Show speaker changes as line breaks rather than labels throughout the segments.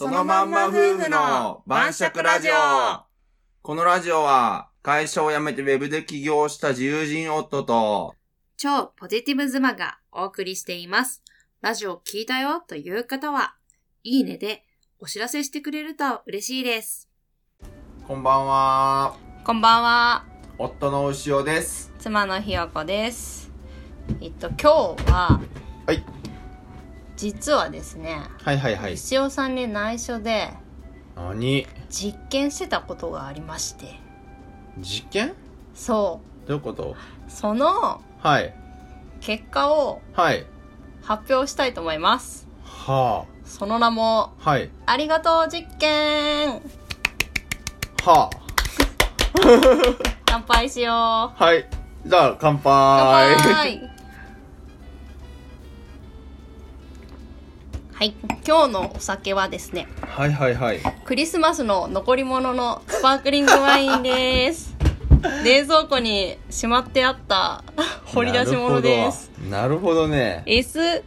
のまんま夫婦の晩酌ラジオこのラジオは、会社を辞めてウェブで起業した自由人夫と、
超ポジティブ妻がお送りしています。ラジオ聞いたよという方は、いいねでお知らせしてくれると嬉しいです。
こんばんは、
こんばんは、
夫の牛尾です。
妻のひよこです。えっと、今日は、
はい。
実はですね、
はいはいは。
牛尾さんに内緒で
何
実験してたことがありまして、
実験
そ
どういうこと
う、その
はい。
結果を
はい。
発表したいと思います。
は
その名も、
あ。はい。
ありがとう実験
は
乾杯しよう。
あ。はい。じゃあ、乾杯。
乾杯はい、今日のお酒はですね、
はいはいはい。
クリスマスの残り物のスパークリングワイン です。冷蔵庫にしまってあった掘り出し物です。
なるほど。なるほどね。
S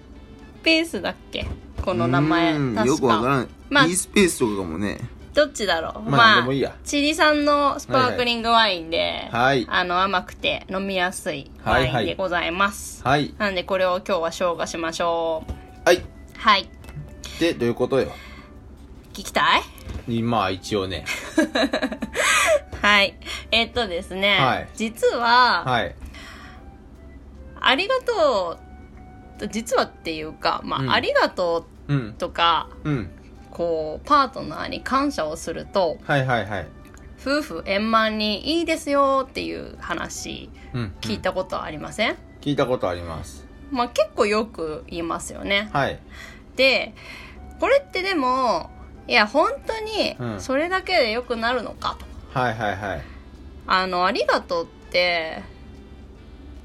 ペースだっけこの名前。
うーん
確か
よくわからん。
まあ
e スペースとかかもね。
どっちだろう
まあなんでもいいや
チリさんのスパークリングワインで、
はい。
あの、甘くて飲みやすいワインでございます。
はい。
なんでこれを今日は消化しましょ
はい。
う。はい。
で、どういうことよ。
聞きたい
今、一応ね。
はい。えっとですね、
はい
実は、
はい。
ありがとう、実はっていうか、まあ、
うん
ありがと
うん
う。とか、
うん。
こう、パートナーに感謝をすると、
はいはいはい。
夫婦円満にいいですよっていう話、
うん。うん
聞い。たことありません、
聞いたことあります。
まあ、結構よく言いますよね。
はい。
で、これってでも、いや、本当に
う、ん
それだけで良くなるのかと。
はいはいはい。
あの、ありがとうって、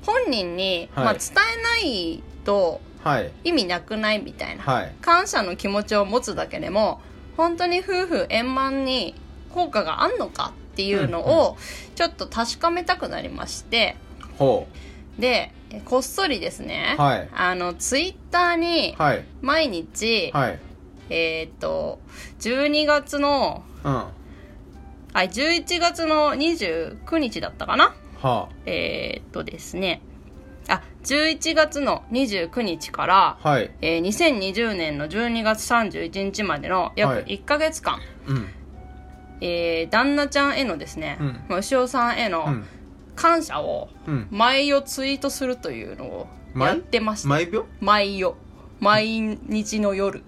本人に、
はい
まあ、伝えないと
はい。
意味なくないみたいな。
はい。
感謝の気持ちを持つだけでも本当に夫婦円満に効果があんのかっていうのをちょっと確かめたくなりまして
ほ
でえこっそりですね、
う。はい。
あのツイッターに
はい。
毎日、
はい。
えっ、と12月の
うん。は
あ11月の29日だったかな
あ。
えっ、とですねあ11月の29日から、
はい。
えー2020年の12月31日までの
はい
約1ヶ月間、
うん。
えー旦那ちゃんへのですね、
うん
まあ牛尾さんへ
う
の
ん。
感謝を、
うん。
毎夜ツイートするというのを
毎
やってました。
毎秒
毎夜。毎日の夜。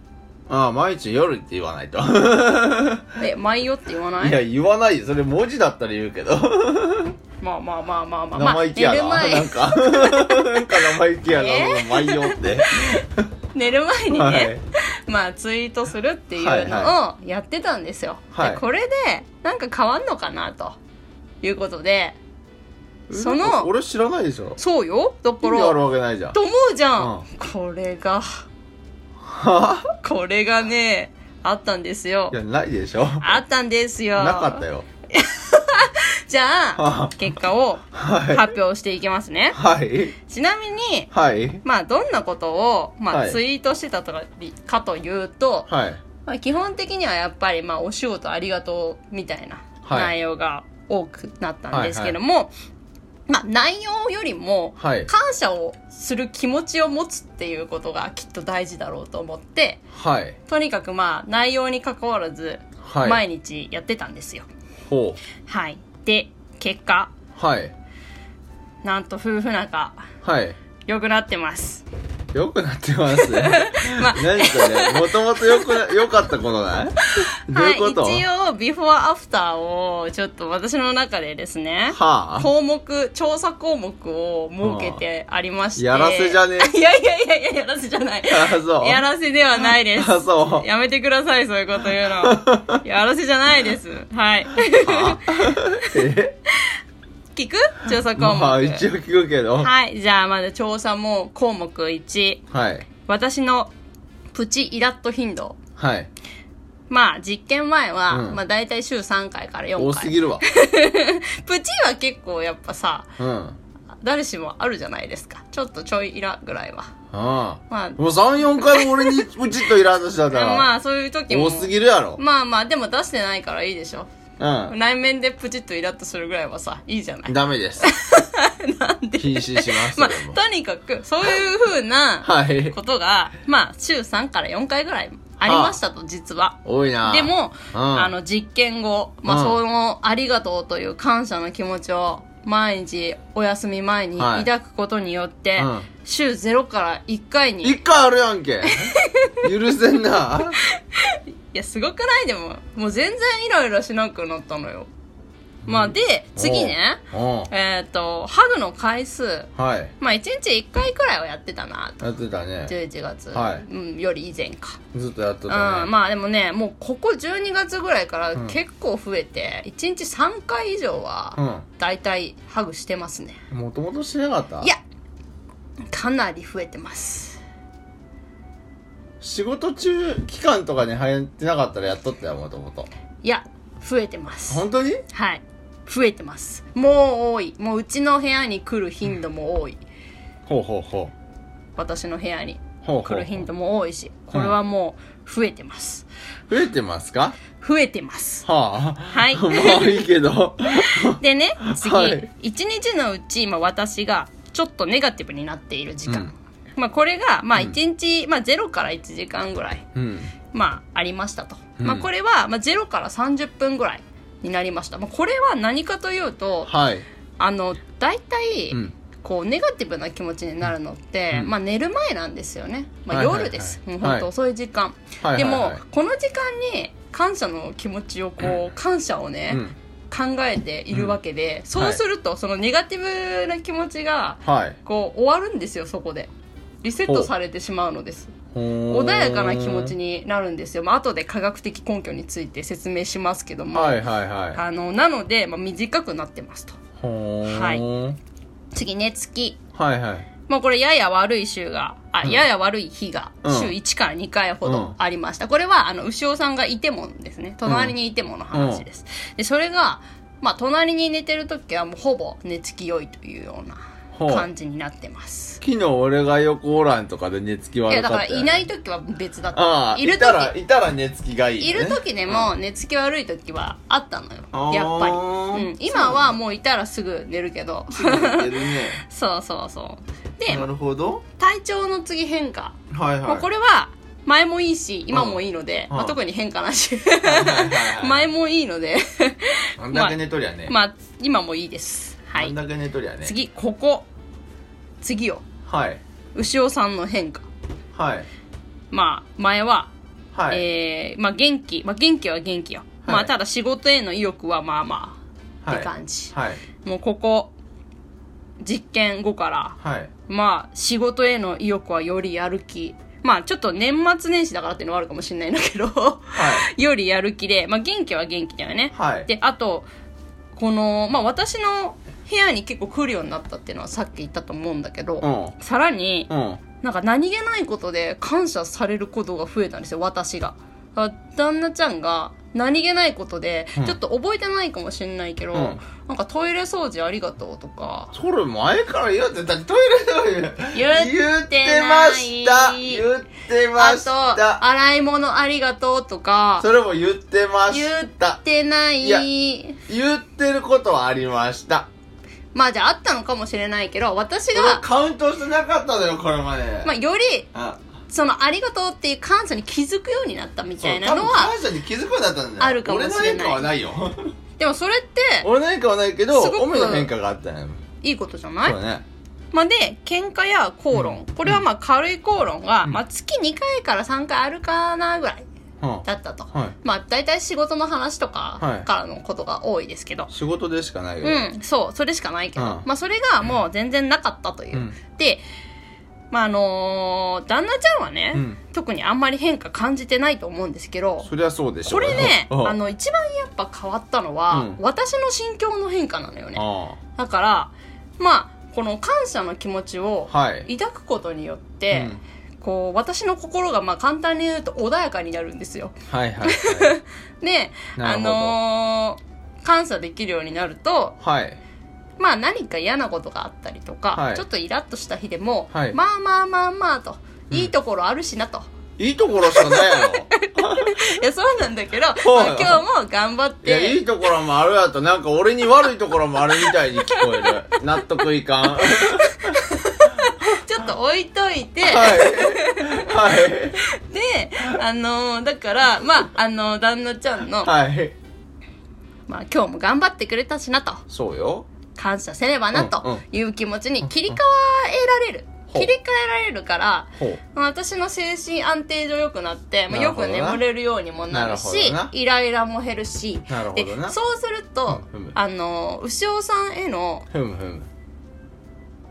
ああ、毎日夜って言わないと。
え、毎夜って言わない
いや、言わないよ。それ文字だったら言うけど。
まあまあまあまあまあ、まあ、
生意気や
寝
な。
る
な
前
ん、 か、なんか生意気やな。毎夜って。
寝る前にね、
はい。
まあツイートするって
はい
いうの
は
をやってたんですよ。
はい
でこれで、なんか変わんのかな、ということで、その
えなんか俺知らないでしょ
そうよだか
意味ある
ら、
わけないじゃん
と思うじゃ
うん
ん、これが、
はぁ
これがね、あったんですよ
い。やないでしょな
あったんですよ。
かったよ
じゃ
は
あ、結果を
はい
発表していきますね。
はい
ちなみに、
はい
まあ、どんなことを、ま
は
あ、
い
ツイートしてたとか、かというと、
はい
まあ、基本的にはやっぱり、まあ、お仕事ありがとうみたいな
はい
内容が多くなったんですけども、まあ、内容よりも、
はい
感謝をする気持ちを持つっていうことがきっと大事だろうと思って、
はい
とにかくまあ、内容に関わらず、
はい
毎日やってたんですよ。
ほ
はい。で、結果、
うはい
なんと夫婦仲、
はい
良くなってます。
よくなってますね
まあ
何それもともとよくな良かったことないどう
は
いう
い、
こと
一応、ビフォーアフターを、ちょっと私の中でですね、
はぁ
項目、調査項目を設けてありまして。
やらせじゃね
いやいやいやいや、やらせじゃない。
あそう
やらせではないです。
あそう
やめてください、そういうこと言うの。 やらせじゃないです。はい。
はぁ え
聞く調査項目。
まあ一応聞くけどはい
はい、じゃあまず調査も項目1。
はい
私のプチイラッと頻度。
はい
まあ、実験前は、
うん
まあ大体週3回から4回。
多すぎるわ
プチは結構やっぱさ、
うん
誰しもあるじゃないですかちょっとちょいイラぐらいは
あ
まあ
あ。もう3、4回も俺にうちっとイラッとしたから。
まあそういう時も
多すぎるやろ。
まあまあでも出してないからいいでしょ
う
内面でプチッとイラッとするぐらいはさいいじゃない
ん。ダメです。
なんで
禁止します。
まあ
それも
とにかくそういうふうな
はい。
ことがまあ週3から4回ぐらいありましたと実は
多いな。
で、も
うん、
あの実験後、まあ、
うん
そのありがとうという感謝の気持ちを毎日お休み前に
はい
抱くことによって、
うん
週0から1回にい
一回あるやん け。許せんな。
やすごくないでももう全然イライラしなくなったのよ、まあで次ね
うん。
えっ、とハグの回数
はい。
まあ1日1回くらいはやってたなと
やってたね。
11月、
はい
うん、より以前か
ずっとやってた
うん、
ね。
まあでもねもうここ12月ぐらいから
うん
結構増えて、1日3回以上は大体ハグしてますね、
うん。もともとしてなかった
いやかなり増えてます
仕事中、期間とかに入ってなかったらやっとったよ、もともと。
いや増えてます
本当に
はい増えてますもう多いもううちの部屋に来る頻度も多い、
ほうほうほ
私の部屋に
う。ほうほうほう。
来る頻度も多いしこれはもう増えてます
増えてますか
増えてます
はあ。
は い
まあいいけど。
でね次、
はい
一日のうち今私がちょっとネガティブになっている時間、
うん
まあ、これが、まあ、
うん
1日、まあ、0から1時間ぐらい、
うん。
まあ、ありましたと、
うん
まあ、これは、まあ、0から30分ぐらいになりました、まあ、これは何かというと
はい。
あの大体、
うん。
こうネガティブな気持ちになるのって、
うん
まあ、寝る前なんですよね、まあ、
はいはいはい
夜です、
はい
もう本当遅い時間、
はいはいはい。
でも、この時間に感謝の気持ちをこう感謝をね、
うん。
考えているわけで、そうすると、そのネガティブな気持ちが
はい。
こう終わるんですよそこでリセットされてしまうのです
穏
穏やかな気持ちになるんですよ、まあ後で科学的根拠について説明しますけども、
はいはいはい。
あのなので、まあ、短くなってますと
ほー
はい次ね月
はいはい。
まあこれやや悪い週があ、
うん
やや悪い日が
うん
週1から2回ほ
うん
どありました、これはあの牛尾さんがいてもんですね隣にいてもの話です、でそれがまあ隣に寝てる時はもうほぼ寝つき良いというような
ほう
感じになってます
昨日俺が横おらんとかで寝つき
いや
悪か
だ
った
か
よ
ら
ね。
いない時は別だ
あ
っ
あ、
たいる
いたら、
時
いたら寝つきがいい、ね。
いる時でも寝つき悪い時はあったのよ
あー
やっぱり、うん、今はもういたらすぐ寝るけど
寝てるね。
そうそうそうで
なるほど。
体調の次変化、
はいはい。
まあ、これは前もいいし今もいいので、
うん
まあ、特に変化なし
はいはいはいはい
前もいいので
あんだけ寝とりゃね。
まあ今もいいですは
あ
い
んだけ寝とりゃね。。
次ここ次よ
はい。
牛尾さんの変化
はい。
まあ前は
はい。
えーまあ元気、まあ元気は元気よ。
はい
まあただ仕事への意欲はまあまあ、
はい
って感じ。
はい。
もうここ、実験後から、
はい。
まあ仕事への意欲はよりやる気。まあちょっと年末年始だからっていうのはあるかもしれないんだけど、
はい。
よりやる気で、まあ元気は元気だよね。
はい。
で、あと、この、まあ私の部屋に結構来るようになったっていうのはさっき言ったと思うんだけど、
うん。
さらに、
うん。
なんか何気ないことで感謝されることが増えたんですよ、私が。あ旦那ちゃんが何気ないことで、
うん
ちょっと覚えてないかもしれないけど、
うん
なんかトイレ掃除ありがとうとか、
それ前から言うてたトイレの
言ってない
ました言ってま
あ
し
と、
た
洗い物ありがとうとか、
それも言ってまし
言
た
ってない
いや言ってることはありました
まあじゃああったのかもしれないけど、私
それは
が、
カウントしてなかったのよこれまで
まあより、
あ
そのありがとうっていう感謝に気づくようになったみ
そ
た
う多
いな
分
のは、
感謝に気づくんだったんだよ
あるかもしれない
俺の変化はないよ
でもそれって、
俺の変化はないけど
すごく
おめの変化があったよ
いいことじゃない
そうね
まあ、で喧嘩や口論、これはまあ軽い口論が、
うん
まあ、月2回から3回あるかなぐらい
うんは
だったと、
い
まあ大体仕事の話と
は
か
い
からのことが多いですけど、
仕事でしかないよ
うんそうそれしかないけど、
うん
まあそれがもう全然なかったという、
うん
でまああのー旦那ちゃんはね、
うん
特にあんまり変化感じてないと思うんですけど
そりゃそうでしょ
これね、
うん
あの、一番やっぱ変わったのは、
うん
私の心境の変化なのよね。
あ
だから、まあ、この感謝の気持ちを
あはい
抱くことによっ
う
て
ん、
こう私の心がまあ簡単に言うと穏やかになるんですよ。
はいはい
で、
な
あ
るほど
のー感謝できるようになると
はいはい
まあ何か嫌なことがあったりとか、
はい
ちょっとイラッとした日でも、
はい
まあまあまあまあと、
うん
いいところあるしなと。
いいところしか ないよ。
いや、そうなんだけど、まあ
そうよ
今日も頑張っ
いや、い
て、
いところもあるやと、なんか俺に悪いところもあるみたいに聞こえる。 納得いかん。はい。
ちょっと置いといて、
はい。
で、あのーだから、まあ、あのー旦那ちゃんの、
はい。
まあ、今日も頑張ってくれたしなと、
そうよ。
感謝せねばな
うんうん
という気持ちに切り替えられる。
ほう
切り替えられるから、
ほう。
まあ私の精神安定上良くなって、
な
まあ、
る
よ
ほ
く
どな
眠れるようにもなる
なるほ
し
どな
イライラも減るし
なるほ
で
どな。
そうすると、
うんうん
あの牛尾さんへの
ふむふむ。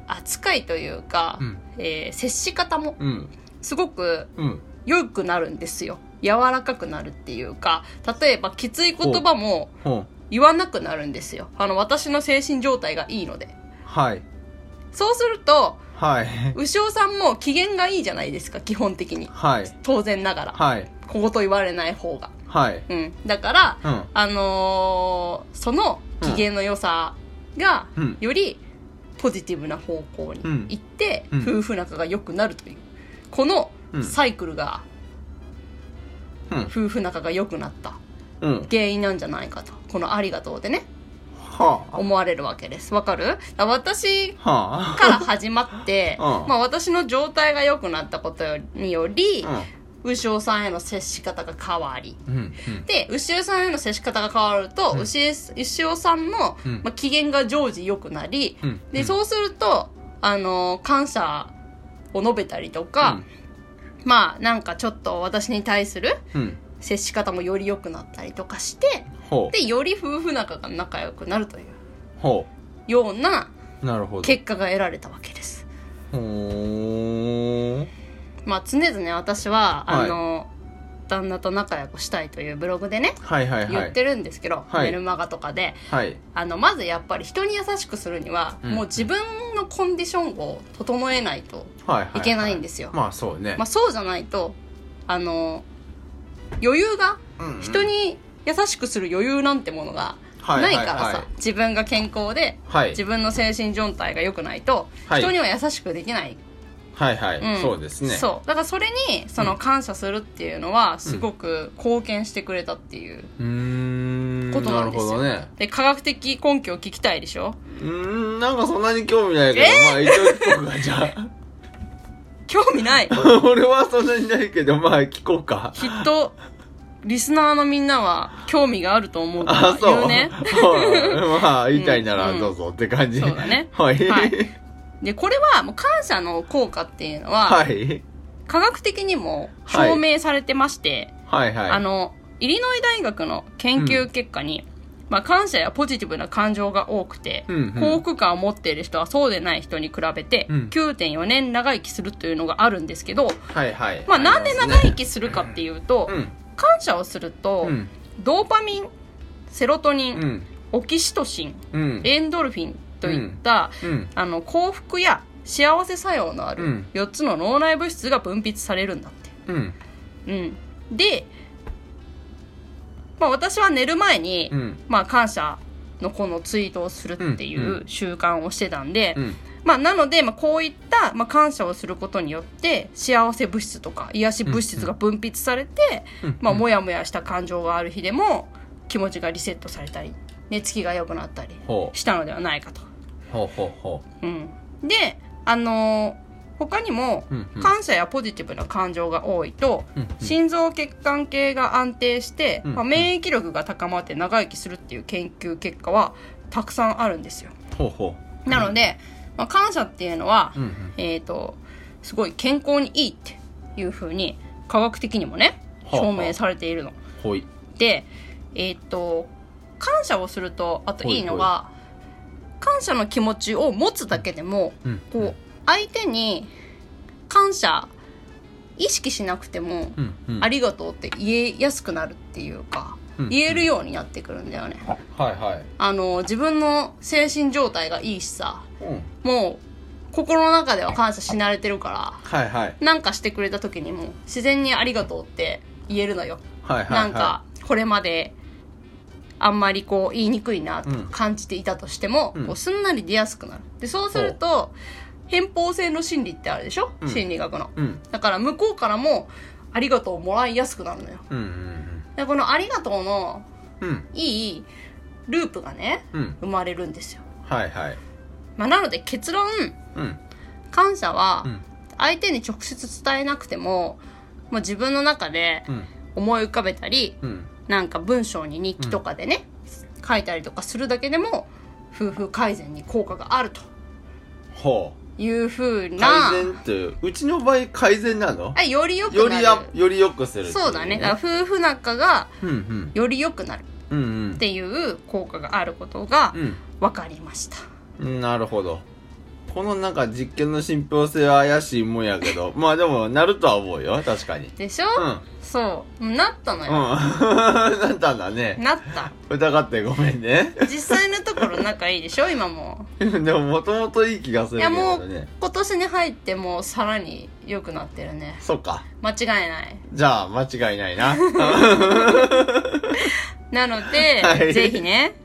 扱いというか、
うん
えー接し方も
うん。
すごく
うん。
良くなるんですよ柔らかくなるっていうか例えばきつい言葉も
ほう。
言わなくなるんですよあの私の精神状態がいいので
はい。
そうすると
はい。
牛尾さんも機嫌がいいじゃないですか基本的に
はい。
当然ながら
はい。
小言言われない方が
はい。
うんだから
うん。
あのーその機嫌の良さが
うん
よりポジティブな方向に
うん
行って、
うん
夫婦仲が良くなるというこの
うん
サイクルが
うん。
夫婦仲が良くなった
うん。
原因なんじゃないかとこの「ありがとう」でね
はあ。
思われるわけですわかるだから私
は
から始まって
、うん
まあ、私の状態が良くなったことにより
あ。
牛尾さんへの接し方が変わり
うん。うん。
で、牛尾さんへの接し方が変わると、
うん
牛牛尾さんの、
うん
まあ、機嫌が常時良くなり、
うん。
で、
う
そうすると、あのー感謝を述べたりとか、まあ、なんかちょっと私に対する
ん。うん。
接し方もより良くなったりとかして、
ほ
で、より夫婦仲が仲良くなるという
う。ほ
ような
う。なるほど。
結果が得られたわけです。
ほー。
まあ、常々私は、
はい
あのー旦那と仲良くしたいというブログでね、
はいはいは
言
い
って。るんですけど、
はい
メルマガとかで、
はい。
あのまずやっぱり人に優しくするには、
うん
もう自分のコンディションを整えないと
はいはい。
いけないんですすよ、
まあそうね
まあ、。そうじゃないとあの余裕が
うんうん
人に優しくする余裕なんてものがないからさ、
はいはいはい
自分が健康で
はい。
自分の精神状態が良くないと、
はい
人には優しくできない、
はいはい、
うん
そうですね。
そうだからそれにそうの
ん
感謝するっていうのはすごく貢献してくれたっていう、
うーん。
こと
な
な
る
んです
ほ
よ
どね。
で科学的根拠を聞きたいでしょ
うーん、なんかそんなに興味ないけど、まあ一応聞こうか、じゃ
興味 ない
あ。 俺はそんなにないけど、まあ聞こうか。
きっとリスナーのみんなは興味があると思うから
あ、そう。
言 うね
はいまあ、言いたいなら
うん
どうぞって感じ。
そうだね
はい。
はいでこれはもう感謝の効果っていうのは、
はい。
科学的にも証明されてまして、
はいはい。
あ、のイリノイ大学の研究結果に、まあ、感謝やポジティブな感情が多くて、
うんうん
幸福感を持っている人はそうでない人に比べて、
うん
9.4年長生きするというのがあるんですけど、
はいはい。
まあ、なんで長生
き
きするかっていうと、
うん。
感謝をすると、
うん。
ドーパミンセロトニン、
うん。
オキシトシン
うん。
エンドルフィンといった、
うん。
あの幸福や幸せ作用のあ
う
る
ん
4つの脳内物質が分泌されるんだって。
うん。
うん、で、まあ、私は寝る前に、
うん。
まあ、感謝のこのツイートをするってい
ん
う
う
う習慣をしてたんで、
うん。
まあ、なので、まあ、こういった、まあ、感謝をすることによって幸せ物質とか癒し物質が分泌されて、
うん
まあ、もやもやした感情がある日でも気持ちがリセットされたり寝つきが良くなったり
ほう。
したのではないかと。
ほうほうほ
うん、で、あのー他にも
うんうん
感謝やポジティブな感情が多いと、
う。うんうん
心臓血管系が安定して、
うん
まあ、免疫力が高まって長生きするっていう研究結果はたくさんあるんですよ。
ほうほ
なので、まあ、感謝っていうのは、
う。うんうん。
えっ、とすごい健康にいいっていうふうに科学的にもね
はあは
証
あ
明されているの。
ほい。
で、えっ、と、感謝をすると、あといいのが、感謝の気持ちを持つだけでも、
うん
こう、相手に感謝、意識しなくても、
うんうん。
ありがとうって言えやすくなるっていうか、
うん
言えるようになってくるんだよね。
はいはい。
あの、自分の精神状態がいいしさ、
うん。
もう、心の中では感謝し慣れてるか
はいはい。
ら、なんかしてくれた時にも、自然にありがとうって言えるのよ。
はいはいはい。
なんか、これまであんまりこう言いにくいなと
うん
感じていたとしても、
うん
こうすんなり出やすくなるでそうすると偏方性の心理ってあるでしょ、
うん
心理学の
うん。
だから向こうからもありがとうをもらいやすくなるのよ
うん。
でこのありがとうの
うん。うん。
いいループがね
うん。
生まれるんですよ、
はいはい。
まあ、なので結論
うん。
感謝は
うん
相手に直接伝えなくても、まあ、自分の中で
うん。
思い浮かべたり
うん。
なんか文章に日記とかでね、書いたりとかするだけでも夫婦改善に効果があると
ほ
いうふう
う。
な
改善っていう、うちの場合改善なの
あより良く
よ
な
り
る
や、より良くするってい。
そうだねだから夫婦仲が
うんうん。
より良くなる
うん
っ。ていう効果があることが
うん。
分かりました、
うん。なるほど。このなんか実験の信憑性は怪しいもんやけど、まあでも、なるとは思うよ。確かに。
でしょ、
うん。うん。
そうなったのよ、
なったんだ ね。
なった
疑ってごめんね。
実際のところ仲いいでしょ今も
でも、もともといい気がするけど
い
ね。
今年に入ってもうさらに良くなってるね
そっか。
間違いない
じゃあ、間違いない な。
なの で、
はい
ぜひね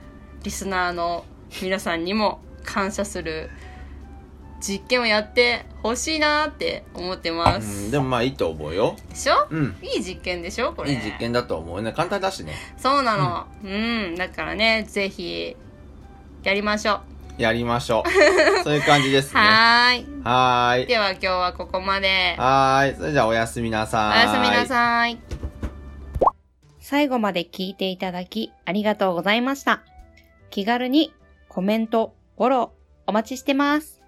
リスナーの皆さんにも感謝する実験をやってほしいなって思ってま
う
す、
ん、でもまあいいと思うよ。
でしょ
うん。
いい実験でしょこれ
いい実験だと思うね。簡単だしね。
そうなのうん、だからねぜひやりましょう
やりましょ う。そういう感じですね。
はーい
はーい。
では今日はここまで
はーい。それじゃあおやすみなさ
お
ーい。
やすみなさい。最後まで聞いていただきありがとうございました。気軽にコメント、フォローお待ちしてます。